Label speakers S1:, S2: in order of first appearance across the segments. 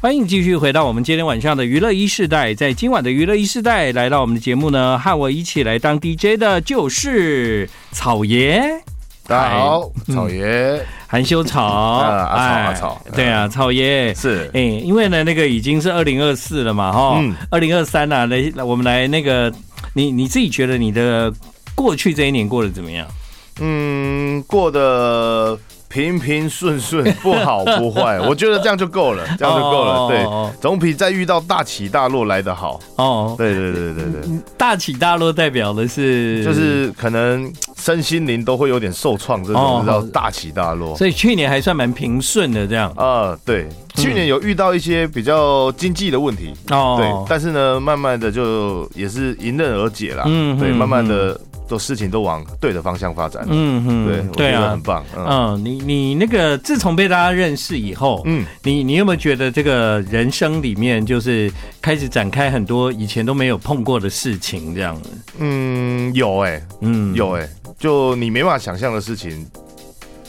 S1: 欢迎继续回到我们今天晚上的娱乐一世代。在今晚的娱乐一世代，来到我们的节目呢，和我一起来当 DJ 的就是草爷。
S2: 大家好，
S1: 嗯
S2: 草爷
S1: 含羞草，
S2: 啊阿草
S1: 哎
S2: 阿草嗯
S1: 对啊，草爷。
S2: 是
S1: 哎、因为呢，那个已经是二零二四了嘛，哈
S2: 嗯，
S1: 二零二三呐，来，我们来那个，你你自己觉得你的过去这一年过得怎么样？
S2: 嗯，过得平平顺顺，不好 不坏，我觉得这样就够了，这样就够了。对，
S1: 哦
S2: 总比再遇到大起大落来得好。
S1: 哦，
S2: 对对对对对，
S1: 大起大落代表的是
S2: 就是可能身心灵都会有点受创，这
S1: 哦
S2: 种叫大起大落。
S1: 所以去年还算蛮平顺的这样
S2: 啊，对，去年有遇到一些比较经济的问题，对，
S1: 哦。
S2: 但是呢，慢慢的就也是迎刃而解啦。
S1: 嗯
S2: 对，
S1: 嗯
S2: 慢慢的都事情都往对的方向发展。
S1: 嗯哼
S2: 对，我觉
S1: 对
S2: 得
S1: 啊
S2: 很，棒。嗯
S1: 嗯，你你那个自从被大家认识以后，
S2: 嗯，
S1: 你你有没有觉得这个人生里面就是开始展开很多以前都没有碰过的事情这样子？
S2: 嗯，有哎、
S1: 嗯，
S2: 有哎、就你没办法想象的事情，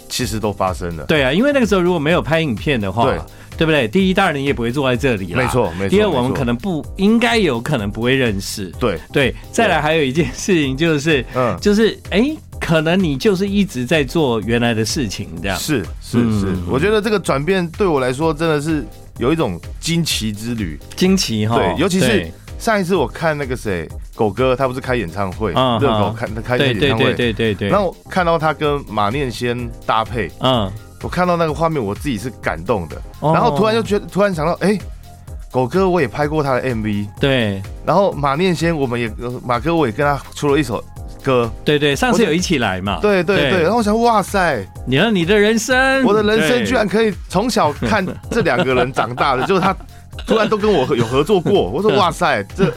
S2: 其实都发生了。
S1: 对啊，因为那个时候如果没有拍影片的话，
S2: 对
S1: 对不对？第一，当然你也不会坐在这里啦。
S2: 没。错，没错。
S1: 第二，我
S2: 没
S1: 们
S2: 错
S1: 可能不应该有可能不会认识。
S2: 对，
S1: 对，再来还有一件事情就是，
S2: 嗯，
S1: 就是哎、诶可能你就是一直在做原来的事情，这样。
S2: 是是
S1: 嗯
S2: 是、我觉得这个转变对我来说真的是有一种惊奇之旅。
S1: 惊奇哈，
S2: 对尤其是
S1: 对
S2: 上一次我看那个谁，狗哥他不是开演唱会，
S1: 嗯
S2: 热、狗
S1: 嗯
S2: 开开
S1: 对
S2: 演
S1: 对
S2: 唱
S1: 对
S2: 会，
S1: 对对对，
S2: 然后我看到他跟马念先搭配，
S1: 嗯，
S2: 我看到那个画面，我自己是感动的。
S1: 哦
S2: 然后突然就觉得，突然想到，哎、狗哥我也拍过他的 MV，
S1: 对
S2: 然后马念先，我们也呃马哥，我也跟他出了一首歌，
S1: 对对，上次
S2: 我就
S1: 有一起来嘛，
S2: 对对对。然后我想，哇塞，
S1: 你看你的人生，
S2: 我的人生
S1: 对
S2: 居然可以从小看这两个人长 大的，就是他突然都跟我有合作过，我说哇塞，这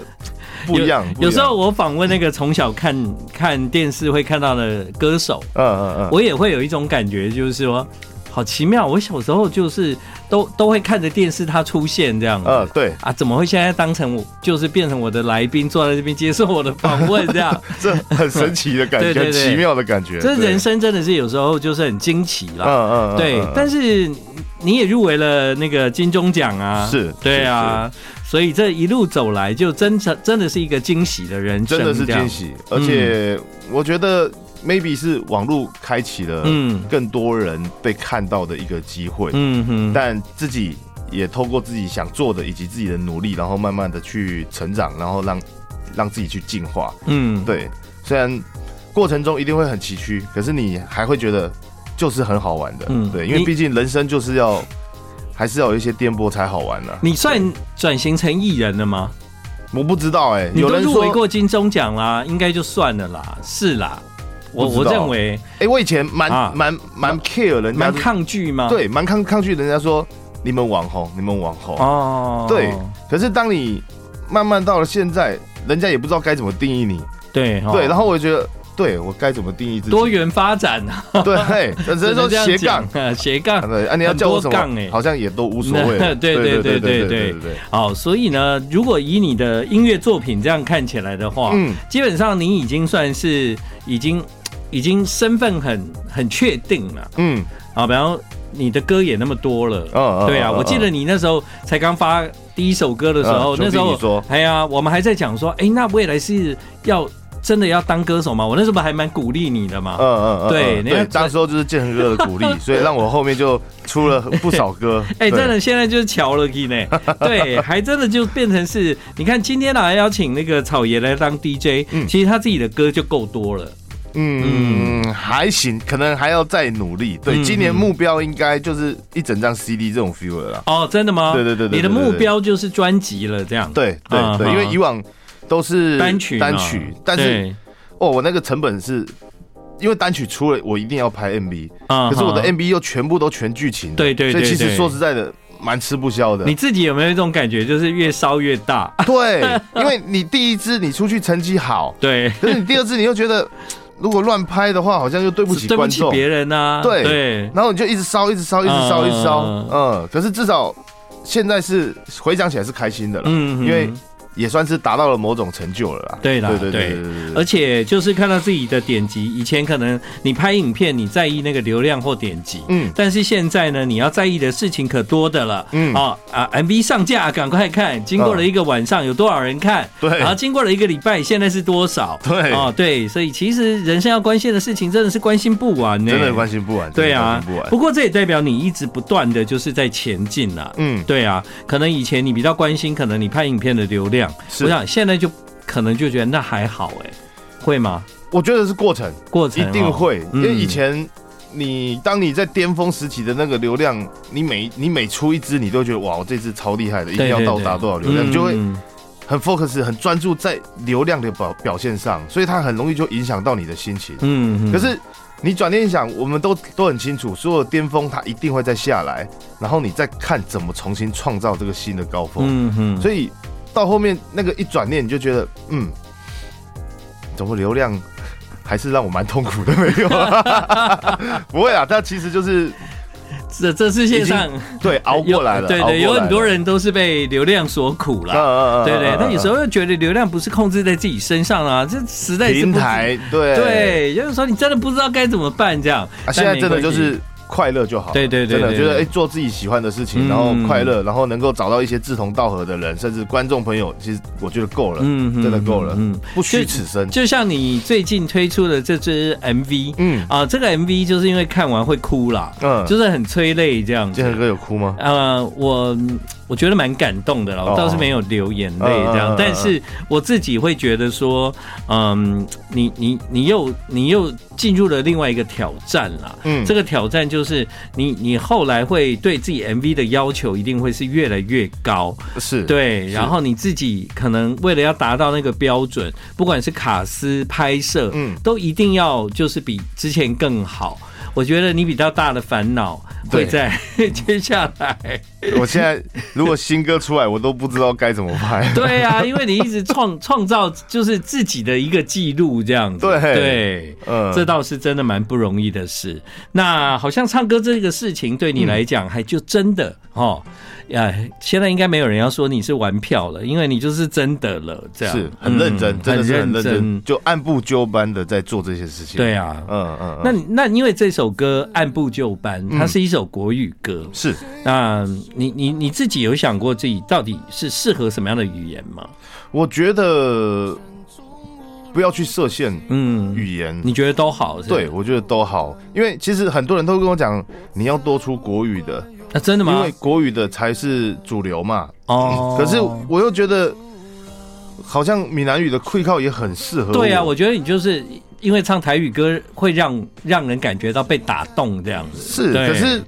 S2: 不一样。不一样
S1: 有时候，我访问那个从小看看电视会看到的歌手，
S2: 嗯嗯嗯，
S1: 我也会有一种感觉，就是说。好奇妙！我小时候就是都都会看着电视他出现这样子，
S2: 嗯对，
S1: 啊，怎么会现在当成我就是变成我的来宾，坐在这边接受我的访问这样？
S2: 这很神奇的感
S1: 对
S2: 觉，
S1: 对
S2: 很
S1: 对
S2: 奇妙的感觉。
S1: 这
S2: 对
S1: 人，生真的是有时候就是很惊奇
S2: 嗯
S1: 啦。
S2: 嗯嗯，
S1: 对
S2: 嗯，
S1: 但是你也入围了那个金钟奖啊，
S2: 是
S1: 对啊，所以这一路走来就真的真的是一个惊喜的人生，
S2: 真的是
S1: 这样嗯
S2: 惊。喜，而且我觉得 maybe 是网络开启了
S1: 嗯
S2: 更多人被看到的一个机会。
S1: 嗯哼，
S2: 但自己也透过自己想做的以及自己的努力，然后慢慢的去成长，然后让让自己去进化。
S1: 嗯，
S2: 对，虽然过程中一定会很崎岖，可是你还会觉得就是很好玩的。
S1: 嗯
S2: 对，因为
S1: 你
S2: 毕竟人生就是要还是要有一些颠簸才好玩呢、
S1: 你算转型成艺人了吗？
S2: 我不知道哎、
S1: 你
S2: 有
S1: 都
S2: 人
S1: 入
S2: 说
S1: 围，过金钟奖啦，应该就算了啦，是啦，我
S2: 不
S1: 我
S2: 知道
S1: 认为
S2: 哎、我以前蛮
S1: 啊
S2: 蛮蛮 care 人家
S1: 蛮，抗拒吗？
S2: 对，蛮抗抗拒人家说你们网红，你们网红。
S1: 哦，
S2: 对可是当你慢慢到了现在，人家也不知道该怎么定义你。
S1: 对哦
S2: 对，然后我就觉得，对我该怎么定义自己？
S1: 多元发展啊，
S2: 对，嘿只能说
S1: 这样
S2: 斜
S1: 讲
S2: 杠。
S1: 啊，斜杠
S2: 啊对，啊，你要叫我什
S1: 很多杠欸
S2: 么？好像也都无所谓
S1: 对
S2: 了。
S1: 对对对对
S2: 对。
S1: 哦，所以呢，如果以你的音乐作品这样看起来的话，
S2: 嗯
S1: 基本上你已经算是已经已经身份很很确定了
S2: 嗯
S1: 啊，然后你的歌也那么多了，
S2: 嗯嗯
S1: 对啊，
S2: 嗯嗯
S1: 我记得你那时候才刚发第一首歌的时候，
S2: 嗯
S1: 那时
S2: 兄弟
S1: 候
S2: 你说
S1: 哎呀，我们还在讲说，哎，那未来是要真的要当歌手吗？我那时候还蛮鼓励你的嘛
S2: 嗯，嗯嗯，
S1: 对
S2: 嗯
S1: 你要
S2: 对，当时候就是建恒哥的鼓 励，所以让我后面就出了不少歌。
S1: 哎、
S2: 对
S1: 真，的，现在就是乔了基 呢，对，还真的就变成是，你看今天啊，邀请那个草爷来当 DJ，、
S2: 嗯
S1: 其实他自己的歌就够多了，
S2: 嗯，还行，可能还要再努力。
S1: 嗯
S2: 对，今年
S1: 嗯
S2: 目标应该就是一整张 CD 这种 feel 了啦。
S1: 哦，真的吗？
S2: 对对对对
S1: 你的
S2: 对对
S1: 目标就是专辑了，这样，
S2: 对
S1: 啊
S2: 对对，因为
S1: 哈
S2: 以往都是
S1: 单曲嘛
S2: 单曲，但是
S1: 对
S2: 哦，我那个成本是，因为单曲出了，我一定要拍 MV，
S1: 啊
S2: 可是我的
S1: 哈
S2: MV 又全部都全剧情的，
S1: 对对
S2: 所以
S1: 对
S2: 其实
S1: 对
S2: 说实在的，蛮吃不消的
S1: 你。自己有没有一种感觉，就是越烧越 大？
S2: 对，因为你第一支你出去成绩好，
S1: 对，
S2: 可是你第二支你又觉得，如果乱拍的话，好像又对不 起
S1: 对不
S2: 观
S1: 起
S2: 众，
S1: 别人啊，
S2: 对
S1: 对，
S2: 然后你就一直烧，一直烧，一直烧，一直烧
S1: 嗯，
S2: 嗯，可是至少现在是回想起来是开心的了，
S1: 嗯
S2: 因为也算是达到了某种成就了啦。
S1: 对啦
S2: 对对
S1: 对
S2: 对对
S1: 而且就是看到自己的点击，以前可能你拍影片你在意那个流量或点击，
S2: 嗯
S1: 但是现在呢，你要在意的事情可多的了。
S2: 嗯
S1: 哦啊，MV 上架，赶快看！经过了一个晚上，有多少人看？
S2: 嗯对
S1: 然后经过了一个礼拜，现在是多少？
S2: 对
S1: 哦， 对，所以其实人生要关心的事情真的是关心不完呢，
S2: 真的关心不完，
S1: 对
S2: 真
S1: 啊
S2: 的关心不完。
S1: 不过这也代表你一直不断的就是在前进啦、
S2: 嗯，
S1: 对啊，可能以前你比较关心，可能你拍影片的流量，
S2: 是
S1: 我想现在就可能就觉得那还好哎、会吗？
S2: 我觉得是过程，
S1: 过程
S2: 一
S1: 哦
S2: 定会，因
S1: 嗯
S2: 为以前。你当你在巅峰时期的那个流量，你每你每出一支，你都觉得哇，我这支超厉害的，一定要
S1: 对对
S2: 到达
S1: 对
S2: 多少流量，
S1: 嗯
S2: 你就会很 focus，很专注在流量的表表现上，所以它很容易就影响到你的心情。
S1: 嗯，嗯
S2: 可是你转念一想，我们都都很清楚，所有巅峰它一定会再下来，然后你再看怎么重新创造这个新的高峰。
S1: 嗯嗯，
S2: 所以到后面那个一转念，你就觉得，嗯，怎么流量还是让我蛮痛苦的，没有？啊 不会啦，但其实就是
S1: 这这世界上
S2: 对熬过来了，
S1: 有对
S2: 熬过来
S1: 对，有很多
S2: 了，
S1: 人都是被流量所苦
S2: 嗯
S1: 啦。
S2: 嗯嗯，
S1: 对对
S2: 嗯，
S1: 那有时候又觉得流量不是控制在自己身上啊，这实在是
S2: 平
S1: 不知。
S2: 台对。
S1: 对，就是说你真的不知道该怎么办这样。
S2: 啊，
S1: 但
S2: 现在真的
S1: 没关
S2: 就
S1: 系
S2: 是快乐就好了，
S1: 对对对
S2: 真的
S1: 对
S2: 觉得哎、
S1: 对
S2: 诶做自己喜欢的事情，
S1: 嗯
S2: 然后快乐，然后能够找到一些志同道合的人，甚至观众朋友，其实我觉得够了，
S1: 嗯
S2: 真的够了
S1: 嗯，
S2: 不虚此生。
S1: 就像你最近推出的这支 MV
S2: 嗯
S1: 啊，这个 MV 就是因为看完会哭啦，
S2: 嗯，
S1: 就是很催泪这样
S2: 建
S1: 子
S2: 恒。哥有哭吗？
S1: 呃，我我觉得蛮感动的啦，
S2: 哦
S1: 我倒是没有流眼泪这
S2: 嗯嗯
S1: 样
S2: 嗯，
S1: 但是我自己会觉得说，嗯，你你你又你又进入了另外一个挑战啦。
S2: 嗯，
S1: 这个挑战就是你，你后来会对自己 MV 的要求一定会是越来越高，
S2: 是，
S1: 对，
S2: 是
S1: 然后你自己可能为了要达到那个标准，不管是卡司拍摄，
S2: 嗯
S1: 都一定要就是比之前更好。我觉得你比较大的烦恼
S2: 对
S1: 会在 接下来，
S2: 我现在如果新歌出来，我都不知道该怎么拍。
S1: 对啊，因为你一直创创造就是自己的一个记录这样子，
S2: 对
S1: 对。
S2: 嗯
S1: 这倒是真的蛮不容易的事。那好像唱歌这个事情对你来讲，还就真的、哦，哎，现在应该没有人要说你是玩票了，因为你就是真的了，这样
S2: 是很认真，
S1: 嗯
S2: 真的是很认真，
S1: 真。
S2: 就按部就班的在做这些事情。
S1: 对，啊，
S2: 嗯嗯，
S1: 那
S2: 嗯
S1: 你那因为这首歌按部就班，它是一首国语歌。
S2: 是
S1: 那你你你自己有想过自己到底是适合什么样的语言吗？
S2: 我觉得不要去设限
S1: 嗯，
S2: 语言，
S1: 你觉得都好是不是？
S2: 对，我觉得都好，因为其实很多人都跟我讲，你要多出国语的，
S1: 啊，真的
S2: 因
S1: 吗
S2: 为？国语的才是主流嘛。
S1: 哦
S2: 可是我又觉得，好像闽南语的会靠也很适合。
S1: 对啊，我觉得你就是因为唱台语歌会让让人感觉到被打动这样子。
S2: 是，
S1: 对
S2: 可是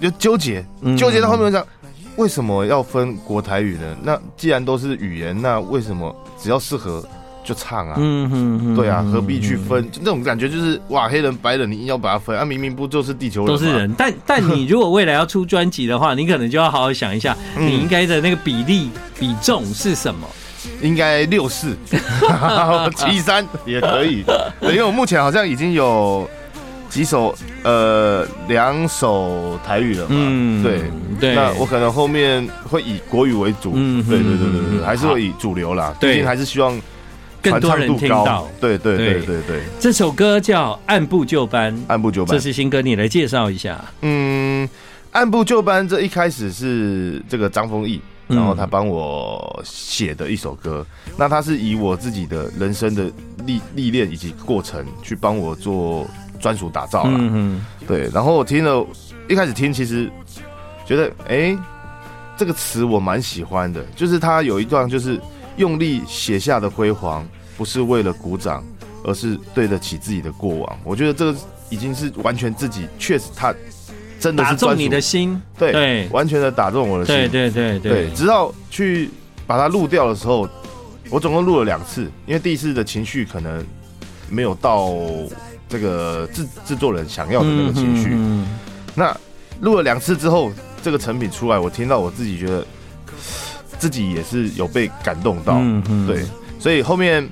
S2: 就纠结，
S1: 嗯
S2: 纠结到后面我讲，为什么要分国台语呢？那既然都是语言，那为什么只要适合就唱啊？
S1: 嗯哼哼
S2: 对啊，何必去？分？就那种感觉就是哇，黑人白人你硬要把它分啊，明明不就是地球人
S1: 都
S2: 吗
S1: 是人，但但你如果未来要出专辑的话，你可能就要好好想一下，
S2: 嗯
S1: 你应该的那个比例比重是什么？
S2: 应该 六四、七三也可以，对因为我目前好像已经有几首，呃，两首台语了嘛，
S1: 嗯
S2: 对。
S1: 对，
S2: 那我可能后面会以国语为主，
S1: 嗯
S2: 对对对对
S1: 嗯
S2: 对，还是会以主流啦，
S1: 对
S2: 毕竟还是希望
S1: 更多人
S2: 传唱度
S1: 听
S2: 高
S1: 到
S2: 对对对
S1: 对
S2: 对对，
S1: 这首歌叫《按部就班》，
S2: 按部就班
S1: 这。是新歌，你来介绍一下。
S2: 嗯，按部就班，这一开始是这个张丰毅，
S1: 嗯
S2: 然后他帮我写的一首歌。那他是以我自己的人生的历历练以及过程去帮我做专属打造啦。
S1: 嗯
S2: 对，然后我听了，一开始听其实觉得，哎、这个词我蛮喜欢的，就是他有一段就是用力写下的辉煌，不是为了鼓掌，而是对得起自己的过往。我觉得这个已经是完全自己，确实他真
S1: 哼，
S2: 的
S1: 打
S2: 是
S1: 中
S2: 专属
S1: 你的心，
S2: 对，
S1: 对
S2: 完全的打中我的心。
S1: 对对对
S2: 对，
S1: 对，
S2: 直到去把它录掉的时候，我总共录了两次，因为第一次的情绪可能没有到这个制制作人想要的那个情绪。
S1: 嗯
S2: 那录了两次之后，这个成品出来，我听到我自己觉得自己也是有被感动到，
S1: 嗯
S2: 对，，所以后面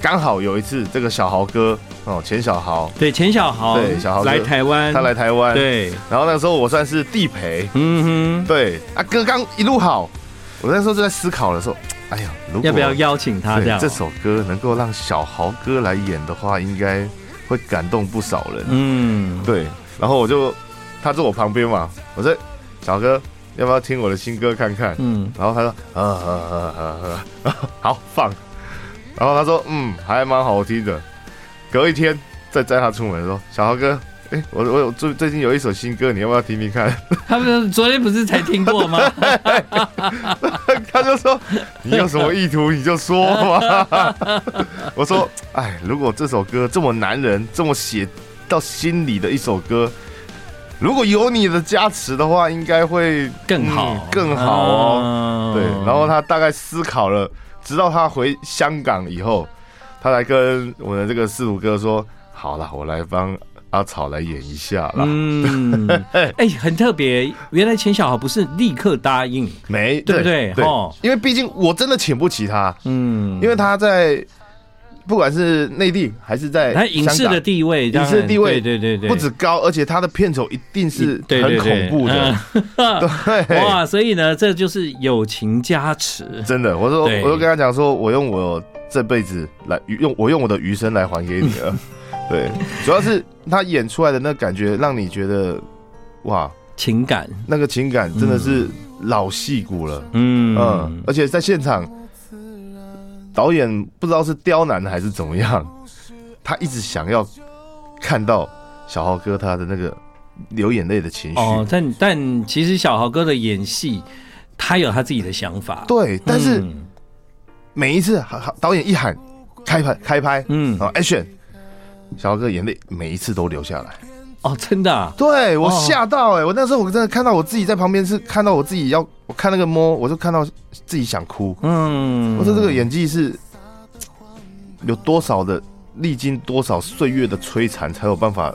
S2: 刚好有一次，这个小豪哥哦，钱小豪
S1: 对，钱小豪，
S2: 对小豪哥
S1: 来台湾，
S2: 他来台湾，
S1: 对，
S2: 然后那时候我算是地陪，
S1: 嗯哼，
S2: 对啊，歌刚一路好，我那时候就在思考的时候，哎呀，如果
S1: 要不要邀请他这
S2: 对
S1: 样？
S2: 这首歌能够让小豪哥来演的话，应该会感动不少人。
S1: 嗯，
S2: 对，然后我就他坐我旁边嘛，我说小哥要不要听我的新歌看看？
S1: 嗯，
S2: 然后他说呃呃呃呃呃，好放。然后他说嗯，还蛮好听的。隔一天再载他出门说，小豪哥，哎、我我有最最近有一首新歌，你要不要听听看？
S1: 他们昨天不是才听过 吗？
S2: 他 就说你有什么意图你就说嘛。 我说哎，如果这首歌这么男人，这么写到心里的一首歌。如果有你的加持的话，应该会
S1: 更
S2: 嗯
S1: 好，
S2: 更好哦。
S1: 啊
S2: 对，然后他大概思考了，直到他回香港以后，他来跟我的这个四五哥说：“好了，我来帮阿草来演一下啦。
S1: 嗯，哎、很特别。原来钱小豪不是立刻答应，
S2: 没
S1: 对不对
S2: 对
S1: 哦，
S2: 因为毕竟我真的请不起他，
S1: 嗯，
S2: 因为他在不管是内地还是在
S1: 他影视
S2: 香
S1: 的
S2: 港
S1: 地位，当然
S2: 影视地位
S1: 对对对对，
S2: 不止高，而且他的片酬一定是
S1: 对
S2: 很
S1: 对
S2: 恐
S1: 对
S2: 怖 的。
S1: 嗯
S2: 对
S1: 哇，所以呢，这就是友情加持。
S2: 真的，我说，
S1: 对
S2: 我就跟他讲说，我用我这辈子来用，我用我的余生来还给你了。 对，主要是他演出来的那感觉，让你觉得，哇，
S1: 情感，
S2: 那个情感真的是老戏骨了，
S1: 嗯
S2: 嗯，而且在现场，导演不知道是刁难还是怎么样，他一直想要看到小豪哥他的那个流眼泪的情绪，
S1: 哦，但但其实小豪哥的演戏，他有他自己的想法，
S2: 对，但是
S1: 嗯
S2: 每一次导演一喊开拍开拍，
S1: 嗯
S2: 啊，action！小豪哥眼泪每一次都流下来，
S1: 哦，真的啊、
S2: 对我
S1: 哦
S2: 吓到哎、我那时候我真的看到我自己在旁边，是看到我自己要，我看那个摸，我就看到自己想哭。
S1: 嗯，
S2: 我说这个演技是有多少的历经多少岁月的摧残，才有办法？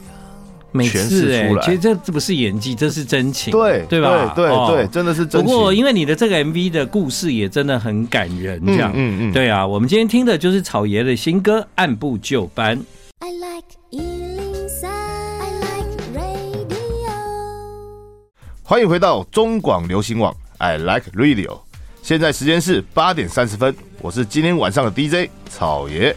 S1: 每
S2: 诠
S1: 次
S2: 释
S1: 哎、
S2: 出来
S1: 其实这这不是演技，这是真情，
S2: 对
S1: 对吧？
S2: 对
S1: 哦
S2: 对对，真的是
S1: 不
S2: 真情。
S1: 过，因为你的这个 MV 的故事也真的很感人，这样。
S2: 嗯嗯嗯
S1: 对啊，我们今天听的就是草爷的新歌《按部就 班》。
S3: I like Ealing Sound. I like radio.
S2: 欢迎回到中广流行网，I like radio。现在时间是八点三十分，我是今天晚上的 DJ 草爷。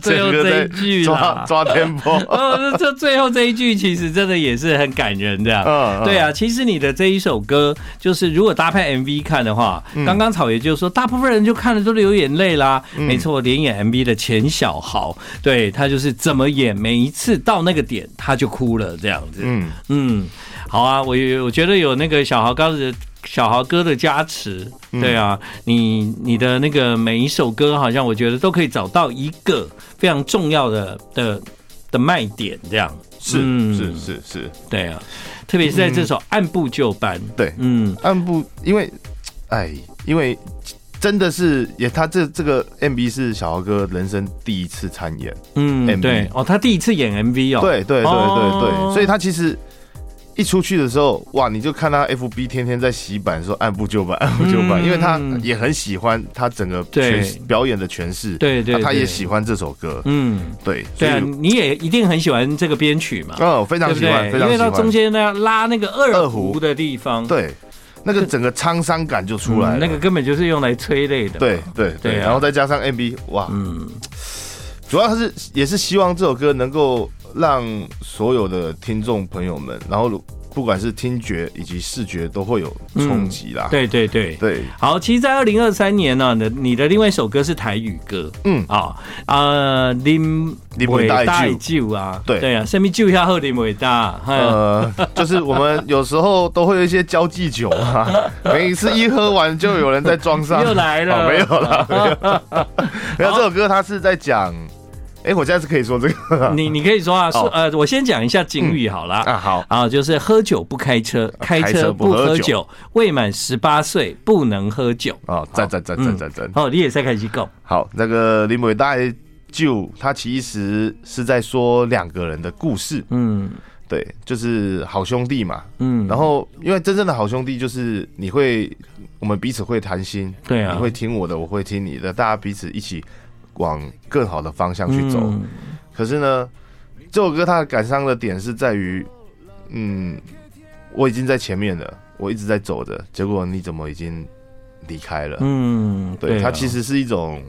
S1: 最后这一句
S2: 抓
S1: 啦，
S2: 抓天波，
S1: 哦，这这最后这一句其实真的也是很感人的。
S2: 嗯嗯
S1: 对啊，其实你的这一首歌，就是如果搭配 MV 看的话，
S2: 嗯
S1: 刚刚草爷就说，大部分人就看了都流眼泪啦。没错，连演 MV 的钱小豪，对他就是怎么演，每一次到那个点他就哭了，这样子。
S2: 嗯，
S1: 嗯，好啊，我有我觉得有那个小豪哥的小豪哥的加持，对啊，
S2: 嗯
S1: 你你的那个每一首歌，好像我觉得都可以找到一个非常重要的的的卖点，这样
S2: 是
S1: 嗯
S2: 是是是，
S1: 对啊，特别是在这首《按部就班》，
S2: 对
S1: 嗯
S2: 按部，因为，哎，因为真的是也，他这这个 MV 是小豪哥人生第一次参演，
S1: 嗯，
S2: MV
S1: 对哦，他第一次演 MV 哦，
S2: 对对对对
S1: 哦
S2: 对，所以他其实。一出去的时候，哇，你就看他 FB 天天在洗版，说按部就班，按部就
S1: 嗯
S2: 班，因为他也很喜欢他整个
S1: 对
S2: 诠表演的诠释，
S1: 对对
S2: 那啊他
S1: 对
S2: 也喜欢这首歌，
S1: 嗯，
S2: 对，
S1: 对啊，
S2: 所以
S1: 你也一定很喜欢这个编曲嘛，
S2: 嗯，非常
S1: 对不
S2: 喜欢，
S1: 对？因
S2: 非常
S1: 为
S2: 喜
S1: 到中
S2: 欢，
S1: 间呢拉那个二
S2: 二胡
S1: 胡的地方，
S2: 对，那个整个沧桑感就出来了，
S1: 嗯那个根本就是用来催泪的，
S2: 对。对对，
S1: 对啊
S2: 然后再加上 MV，哇，
S1: 嗯，
S2: 主要是也是希望这首歌能够让所有的听众朋友们，然后如不管是听觉以及视觉都会有冲击啦。
S1: 对对对。
S2: 对，
S1: 好，其实，在二零二三年呢、你的你的另外一首歌是台语歌，
S2: 嗯
S1: 啊、呃，林
S2: 林伟大的
S1: 酒啊，
S2: 对
S1: 对啊，生命酒下后林伟大，呃，
S2: 呃，就是我们有时候都会有一些交际酒 啊，每一次一喝完就有人在装上，
S1: 又来了
S2: 哦没有 啦，没有啦。没有这首歌，它是在讲，哎，我现在是可以说这个
S1: 你你可以说啊，是
S2: 嗯好
S1: 呃，我先讲一下警语好啦。
S2: 啊，好，
S1: 啊，就是喝酒不开车，开
S2: 开
S1: 车
S2: 车
S1: 不
S2: 不喝
S1: 喝
S2: 酒
S1: 酒，未满十八岁不能喝酒。
S2: 哦，赞赞赞赞
S1: 嗯
S2: 赞赞。
S1: 哦，你也在开始讲，
S2: 好，那个林伟大就他其实是在说两个人的故事，
S1: 嗯
S2: 对，就是好兄弟嘛。
S1: 嗯，
S2: 然后，因为真正的好兄弟就是你会，我们彼此会谈心，
S1: 对啊
S2: 你会听我的，我会听你的，大家彼此一起往更好的方向去走。
S1: 嗯
S2: 可是呢，这首歌它的感伤的点是在于，嗯，我已经在前面了，我一直在走着，结果你怎么已经离开了？
S1: 嗯，
S2: 对，
S1: 啊
S2: 它其实是一种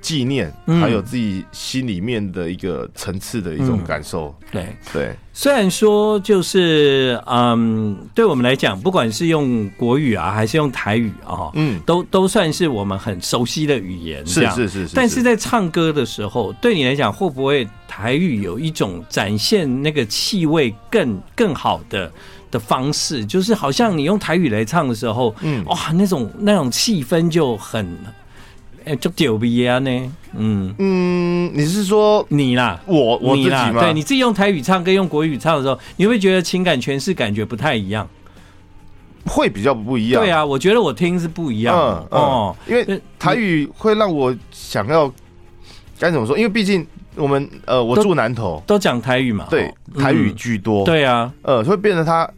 S2: 纪念，
S1: 嗯
S2: 还有自己心里面的一个层次的一种感受。
S1: 对。
S2: 对，
S1: 虽然说就是嗯，对我们来讲，不管是用国语啊，还是用台语啊，
S2: 嗯，
S1: 都都算是我们很熟悉的语言，这
S2: 是
S1: 样
S2: 是是是，
S1: 但是在唱歌的时候，对你来讲，会不会台语有一种展现那个气味更更好的的方式？就是好像你用台语来唱的时候，
S2: 嗯
S1: 哇，那种那种气氛就很，哎、就屌逼啊呢，嗯，
S2: 嗯，你是说
S1: 你啦。
S2: 我我自
S1: 你
S2: 己
S1: 啦，
S2: 吗？
S1: 对，你自己用台语唱跟用国语唱的时候，你会不会觉得情感诠释感觉不太一样。
S2: 会比较不一样。
S1: 对啊，我觉得我听是不一样的
S2: 嗯嗯
S1: 哦。
S2: 因为台语会让我想要该怎么说？因为毕竟我们呃，我
S1: 都
S2: 住南投，
S1: 都讲台语嘛，
S2: 对
S1: 哦，
S2: 台语
S1: 嗯
S2: 居多，，
S1: 对啊，
S2: 呃，会变得他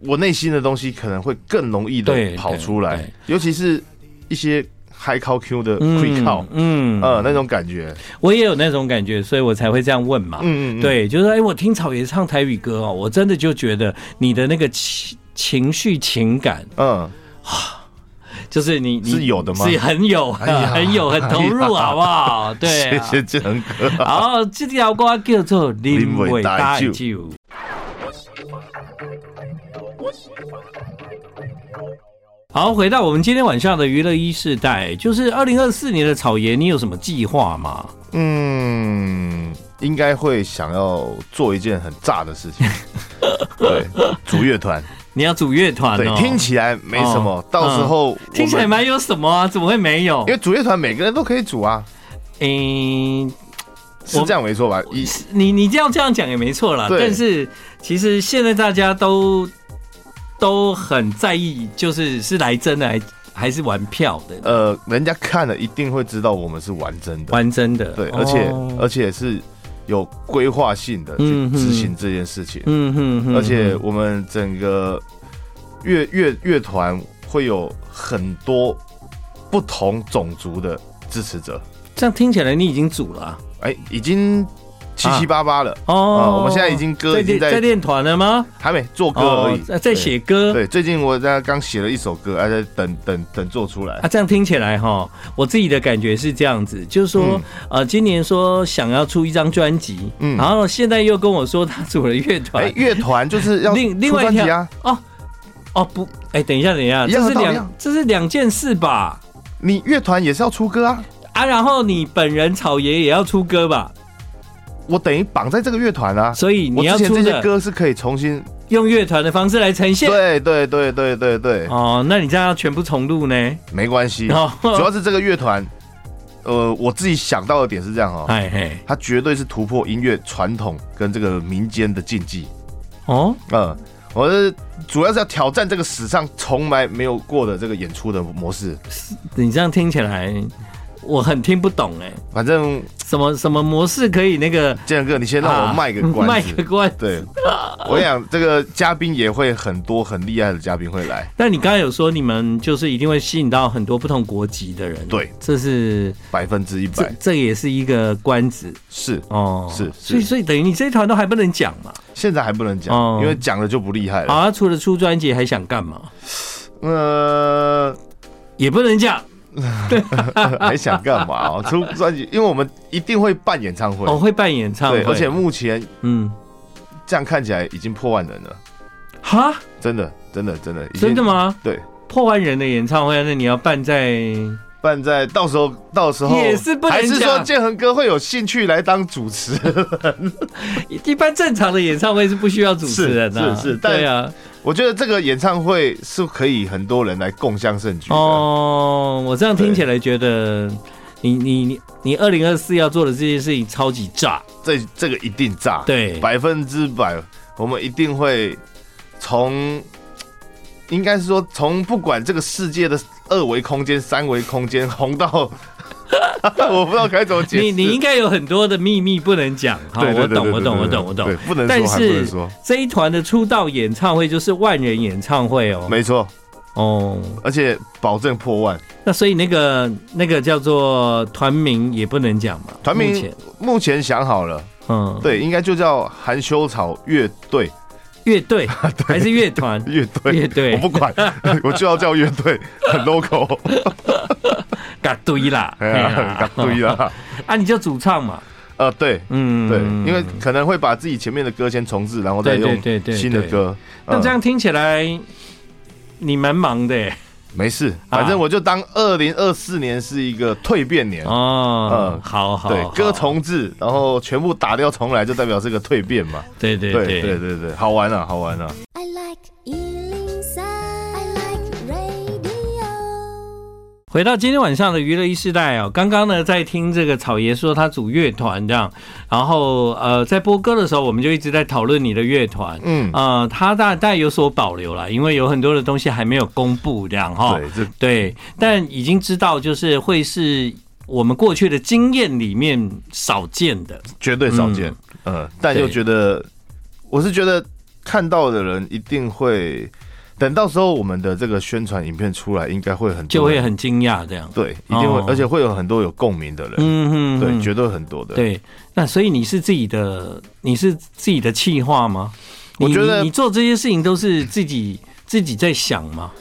S2: 我内心的东西可能会更容易
S1: 对
S2: 的跑出
S1: 对
S2: 来
S1: 对，
S2: 尤其是一些 high 考 Q 的 pre 考
S1: 嗯，嗯
S2: 呃，那种感觉，
S1: 我也有那种感觉，所以我才会这样问嘛。
S2: 嗯嗯，嗯，
S1: 对，就是哎、我听草爷唱台语歌哦，我真的就觉得你的那个情情绪情感，
S2: 嗯，
S1: 就是你你
S2: 是有的吗哎
S1: 是很有， 很有，很投入，好不好？对、
S2: 谢
S1: 啊。
S2: 谢建恒哥，
S1: 好，这条歌叫做《林伟大酒》。好，回到我们今天晚上的娱乐一世代，就是二零二四年的草爷，你有什么计划吗？
S2: 嗯，应该会想要做一件很炸的事 情，对，组乐团，
S1: 你要组乐团
S2: 对
S1: 哦？，
S2: 听起来没什么
S1: 哦，
S2: 到时候我们
S1: 听起来蛮有什么啊？怎么会没有？
S2: 因为主乐团每个人都可以组啊，
S1: 嗯、
S2: 是这样没错吧？一
S1: 是你你这样这样讲也没错啦。
S2: 对
S1: 但是其实现在大家都都很在意，就是是来真的还还是玩票的，
S2: 呃，人家看了一定会知道我们是玩真的，
S1: 玩真的。
S2: 对，而且、
S1: 哦
S2: 而且是有规划性的去
S1: 嗯哼
S2: 执行这件事情，
S1: 嗯哼哼
S2: 而且我们整个乐乐乐团会有很多不同种族的支持者，
S1: 这样听起来你已经组了啊、
S2: 哎、已经七七八八了。
S1: 哦、
S2: 啊我们现在已经歌已经
S1: 练
S2: 在
S1: 在练团了吗？哦
S2: 还没做歌而已，
S1: 在在写歌。
S2: 对。对，最近我在刚写了一首歌，还在等等等做出来
S1: 啊，。这样听起来哈，我自己的感觉是这样子，就是说，
S2: 嗯
S1: 呃，今年说想要出一张专辑，
S2: 嗯
S1: 然后现在又跟我说他组了乐团，
S2: 哎，乐团就是要
S1: 啊 另另
S2: 出
S1: 外一
S2: 专
S1: 条
S2: 辑啊！
S1: 哦哦不，哎、等一下等一下，
S2: 一样
S1: 这
S2: 的
S1: 是
S2: 道理啊
S1: 两这是两件事吧？
S2: 你乐团也是要出歌啊！
S1: 啊，然后你本人草爷也要出歌吧？
S2: 我等于绑在这个乐团啊，
S1: 所以你要
S2: 我之前
S1: 出
S2: 这些
S1: 的
S2: 歌是可以重新，
S1: 用乐团的方式来呈现。
S2: 对对对对对对，
S1: 哦，那你这样要全部重录呢？
S2: 没关系。
S1: 哦
S2: 主要是这个乐团，呃，我自己想到的点是这样哦，
S1: 哎嘿，
S2: 它绝对是突破音乐传统跟这个民间的禁忌。
S1: 哦，
S2: 嗯，我是主要是要挑战这个史上从来没有过的这个演出的模式。
S1: 你这样听起来我很听不懂哎，
S2: 反正
S1: 什么什么模式可以那个？
S2: 建仁哥，你先让我卖个
S1: 啊卖
S2: 关
S1: 个
S2: 子。
S1: 关。
S2: 对，我跟你讲，这个嘉宾也会很多很厉害的嘉宾会来。
S1: 那你刚才有说你们就是一定会吸引到很多不同国籍的人，
S2: 对，
S1: 这是
S2: 百分之一
S1: 这
S2: 百
S1: 这也是一个关子
S2: 是，
S1: 哦，
S2: 是是
S1: 所以所以等于你这一团都还不能讲嘛。
S2: 现在还不能讲，
S1: 哦
S2: 因为讲了就不厉害了。
S1: 啊，除了出专辑还想干嘛？
S2: 呃，
S1: 也不能讲
S2: 还想干嘛 哦？出专辑，因为我们一定会办演唱会，
S1: 哦，会办演唱会，
S2: 对，而且目前
S1: 嗯，
S2: 这样看起来已经破万人了，
S1: 哈，
S2: 真的，真的，真的，已
S1: 真
S2: 经
S1: 的？吗？
S2: 对，
S1: 破万人的演唱会，那你要办在
S2: 办在到时候，到时候
S1: 也是不能
S2: 还是说
S1: 讲
S2: 建恒哥会有兴趣来当主持？
S1: 一般正常的演唱会是不需要主持人的、啊，
S2: 是是是但
S1: 对啊，
S2: 我觉得这个演唱会是可以很多人来共襄盛举的。
S1: 哦，我这样听起来觉得你你你你二零二四要做的这件事情超级炸，
S2: 这这个一定炸，
S1: 对
S2: 百分之百，我们一定会从，应该是说从不管这个世界的二维空间、三维空间红到， 我不知道该怎么解释。
S1: 你你应该有很多的秘密不能讲，好，
S2: 对对
S1: 我
S2: 对
S1: 懂
S2: 对
S1: 我
S2: 对
S1: 懂
S2: 对
S1: 我
S2: 对
S1: 懂我
S2: 对
S1: 懂，
S2: 不能
S1: 但
S2: 说还不
S1: 是
S2: 能说，
S1: 这一团的出道演唱会就是万人演唱会哦，
S2: 没错，
S1: 哦。
S2: 而且保证破万。
S1: 那所以那个那个叫做团名也不能讲嘛，
S2: 团
S1: 目
S2: 名
S1: 前
S2: 目前想好了，
S1: 嗯，
S2: 对，应该就叫含羞草乐队。
S1: 乐队还是乐团？
S2: 乐队，
S1: 乐队
S2: 我不管， 我就要叫乐队，很 local，
S1: 嘎堆啦，
S2: 哎 呀，对
S1: 啦，
S2: 呀，
S1: 啊，你就主唱嘛，
S2: 呃，对，
S1: 嗯，
S2: 对，因为可能会把自己前面的歌先重置，然后再
S1: 对对
S2: 用
S1: 对对
S2: 新的
S1: 对
S2: 歌。
S1: 那
S2: 嗯
S1: 这样听起来你蛮忙的耶
S2: 没事，
S1: 啊
S2: 反正我就当二零二四年是一个蜕变年。
S1: 哦，
S2: 嗯
S1: 好好，
S2: 对
S1: 好，
S2: 歌，重置，然后全部打掉重来，就代表是个蜕变嘛。
S1: 对对
S2: 对
S1: 对
S2: 对对对，好玩啊，好玩啊！
S3: I like Ealing Sound. I like radio.
S1: 回到今天晚上的娱乐一世代哦，刚刚呢在听这个草爷说他组乐团这样，然后呃在播歌的时候，我们就一直在讨论你的乐团，
S2: 嗯
S1: 呃他大概有所保留啦，因为有很多的东西还没有公布这样哈，
S2: 对，这
S1: 对，但已经知道就是会是我们过去的经验里面少见的，
S2: 绝对少见。嗯，但又
S1: 对
S2: 觉得，我是觉得看到的人一定会，等到时候我们的这个宣传影片出来，应该会很
S1: 就
S2: 多
S1: 会
S2: 人
S1: 很惊讶这样，
S2: 对，一定会
S1: 哦，
S2: 而且会有很多有共鸣的人，
S1: 嗯哼
S2: 对，
S1: 哼
S2: 绝对很多的。
S1: 对，那所以你是自己的，你是自己的企划吗？
S2: 我
S1: 你
S2: 觉得
S1: 你你做这些事情都是自己自己在想吗？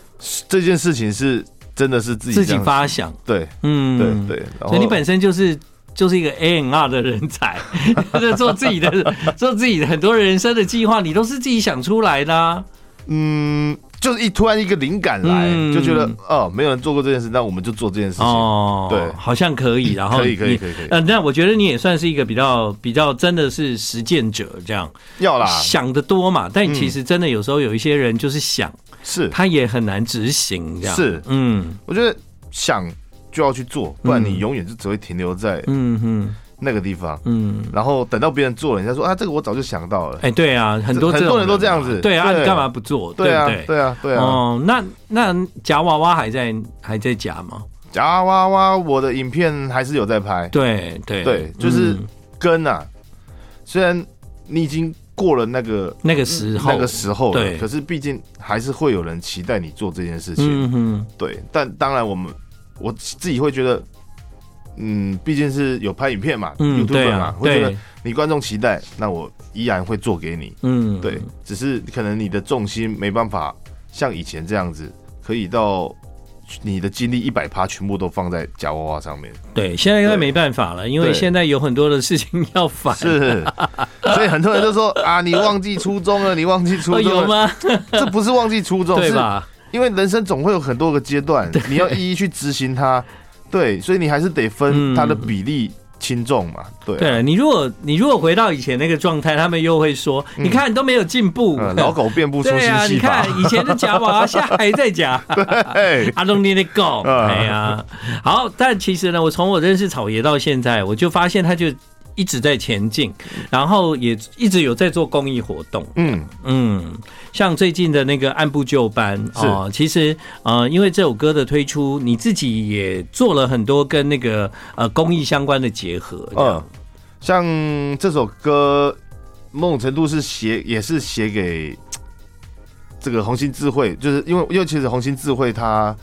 S2: 这件事情是真的是自己
S1: 自
S2: 这
S1: 己
S2: 样
S1: 发想，
S2: 对
S1: 嗯，
S2: 对对，然
S1: 所以
S2: 后
S1: 你本身就是。就是一个 A N R 的人才， 就是做自己的，做自己的很多人生的计划，你都是自己想出来的、啊。
S2: 嗯，就是一突然一个灵感来，
S1: 嗯
S2: 就觉得哦，没有人做过这件事，那我们就做这件事情。
S1: 哦，
S2: 对
S1: 好像可以。然后
S2: 可以可以
S1: 你
S2: 可以可以
S1: 呃，那我觉得你也算是一个比较比较真的是实践者，这样
S2: 要啦，
S1: 想的多嘛。但
S2: 嗯
S1: 其实真的有时候有一些人就是想，
S2: 是，
S1: 他也很难执行，这样
S2: 是
S1: 嗯
S2: 我觉得想就要去做，不然
S1: 嗯
S2: 你永远就只会停留在
S1: 嗯嗯
S2: 那个地方，
S1: 嗯，
S2: 然后等到别人做了，人家说啊，这个我早就想到了
S1: 哎、。对啊，很多
S2: 很
S1: 这种
S2: 多人都这样子
S1: 嘛对啊，
S2: 对
S1: 你干嘛不做？
S2: 对啊
S1: 不对，
S2: 对啊，对啊！
S1: 哦，那那夹娃娃还在还在夹吗？
S2: 夹娃娃，我的影片还是有在拍，
S1: 对对
S2: 对就是
S1: 嗯
S2: 跟啊，虽然你已经过了那个
S1: 那个时候
S2: 那个时候了，
S1: 对
S2: 可是毕竟还是会有人期待你做这件事情。
S1: 嗯哼，
S2: 对，但当然我们我自己会觉得，嗯，毕竟是有拍影片嘛，
S1: 嗯，对
S2: YouTube 嘛，
S1: 啊，
S2: 会觉得
S1: 对，
S2: 你观众期待，那我依然会做给你。
S1: 嗯，
S2: 对，只是可能你的重心没办法像以前这样子，可以到你的精力一百趴全部都放在夹娃娃上 面，
S1: 对，现在应该
S2: 对
S1: 没办法了，因为
S2: 对
S1: 现在有很多的事情要烦。哦
S2: 是。所以很多人就说啊，你忘记初衷了，你忘记初
S1: 哦，有
S2: 衷了。
S1: 吗？
S2: 这不是忘记初衷，
S1: 对
S2: 是
S1: 吧？
S2: 因为人生总会有很多个阶段， 你要一一去执行它。对，所以你还是得分
S1: 嗯
S2: 它的比例轻重嘛。对啊，
S1: 对了，你如果你如果回到以前那个状态，他们又会说，你看你都没有进步
S2: 嗯，老狗变不出
S1: 对
S2: 新
S1: 啊，你
S2: 戏
S1: 看
S2: 法。
S1: 以前的夹娃娃，现在还在 夹。
S2: 嘿，
S1: I don't need to go。
S2: 嗯
S1: 哎呀，好，但其实呢，我从我认识草爷到现在，我就发现他就一直在前进，然后也一直有在做公益活动。
S2: 嗯，
S1: 嗯，像最近的那个按部就班
S2: 是
S1: 哦，其实呃，因为这首歌的推出，你自己也做了很多跟那个呃公益相关的结合。
S2: 嗯，像这首歌，某种程度是写，也是写给这个红星智慧，就是因为因为其实红星智慧它，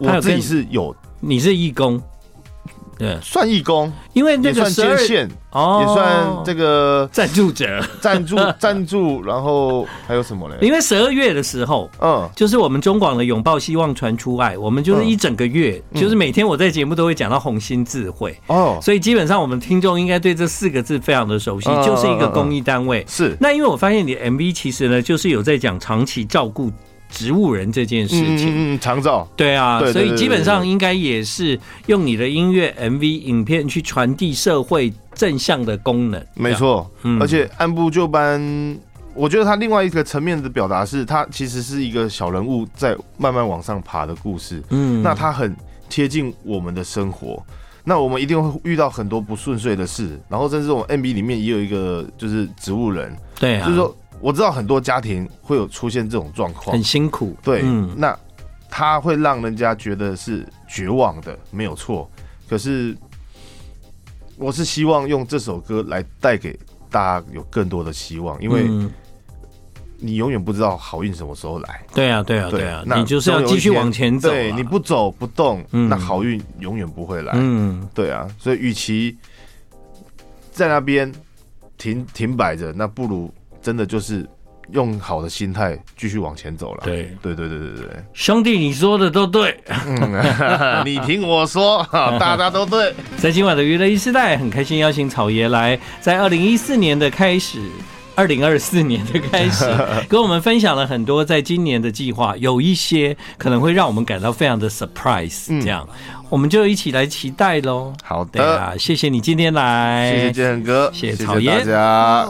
S1: 它有
S2: 我自己
S1: 跟
S2: 是有
S1: 你是义工，对，
S2: 算义工，
S1: 因为那
S2: 也
S1: 个
S2: 算
S1: 十二
S2: 捐献，
S1: 哦
S2: 也算这个
S1: 赞助 者，
S2: 赞助赞助，然后还有什么嘞？
S1: 因为十二月的时候。
S2: 嗯，
S1: 就是我们中广的拥抱希望传出爱，我们就是一整个月，
S2: 嗯
S1: 就是每天我在节目都会讲到红心智慧，
S2: 哦，
S1: 所以基本上我们听众应该对这四个字非常的熟悉，
S2: 嗯
S1: 就是一个
S2: 嗯嗯
S1: 公益单位。
S2: 是，
S1: 那因为我发现你的 MV 其实呢，就是有在讲长期照顾植物人这件事情。
S2: 嗯嗯嗯，长照，
S1: 对啊，
S2: 对对
S1: 所
S2: 对
S1: 以基本上应该也是用你的音乐 MV 影片去传递社会正向的功能。
S2: 没错，
S1: 嗯
S2: 而且按部就班。我觉得他另外一个层面的表达是，他其实是一个小人物在慢慢往上爬的故事。
S1: 这样，嗯
S2: 那它很贴近我们的生活。那我们一定会遇到很多不顺遂的事，然后甚至我们 MB 里面也有一个就是植物人，
S1: 对啊，
S2: 就是说我知道很多家庭会有出现这种状况
S1: 很，辛苦。
S2: 对，
S1: 嗯
S2: 那他会让人家觉得是绝望的，没有错。可是我是希望用这首歌来带给大家有更多的希望，因为
S1: 嗯
S2: 你永远不知道好运什么时候来。
S1: 对啊，对啊，
S2: 对
S1: 对啊，
S2: 那
S1: 你就是要
S2: 总有一
S1: 继续
S2: 天
S1: 往前走啊。
S2: 对，你不走不动，
S1: 嗯
S2: 那好运永远不会来。
S1: 嗯，
S2: 对啊，所以与其在那边停停摆着，那不如真的就是用好的心态继续往前走了。
S1: 对
S2: 对对对对对，
S1: 兄弟，你说的都对。
S2: 嗯， 你听我 说，哈大家都对。
S1: 在今晚的娱乐一时代，很开心邀请草爷来，在二零一四年的开始。二零二四年的开 始，跟我们分享了很多在今年的计划，有一些可能会让我们感到非常的 surprise，这样、我们就一起来期待喽。
S2: 嗯好的啊呃
S1: 对啊，谢谢你今天来，
S2: 谢谢建恒哥，
S1: 谢谢
S2: 谢
S1: 草爷
S2: 大家。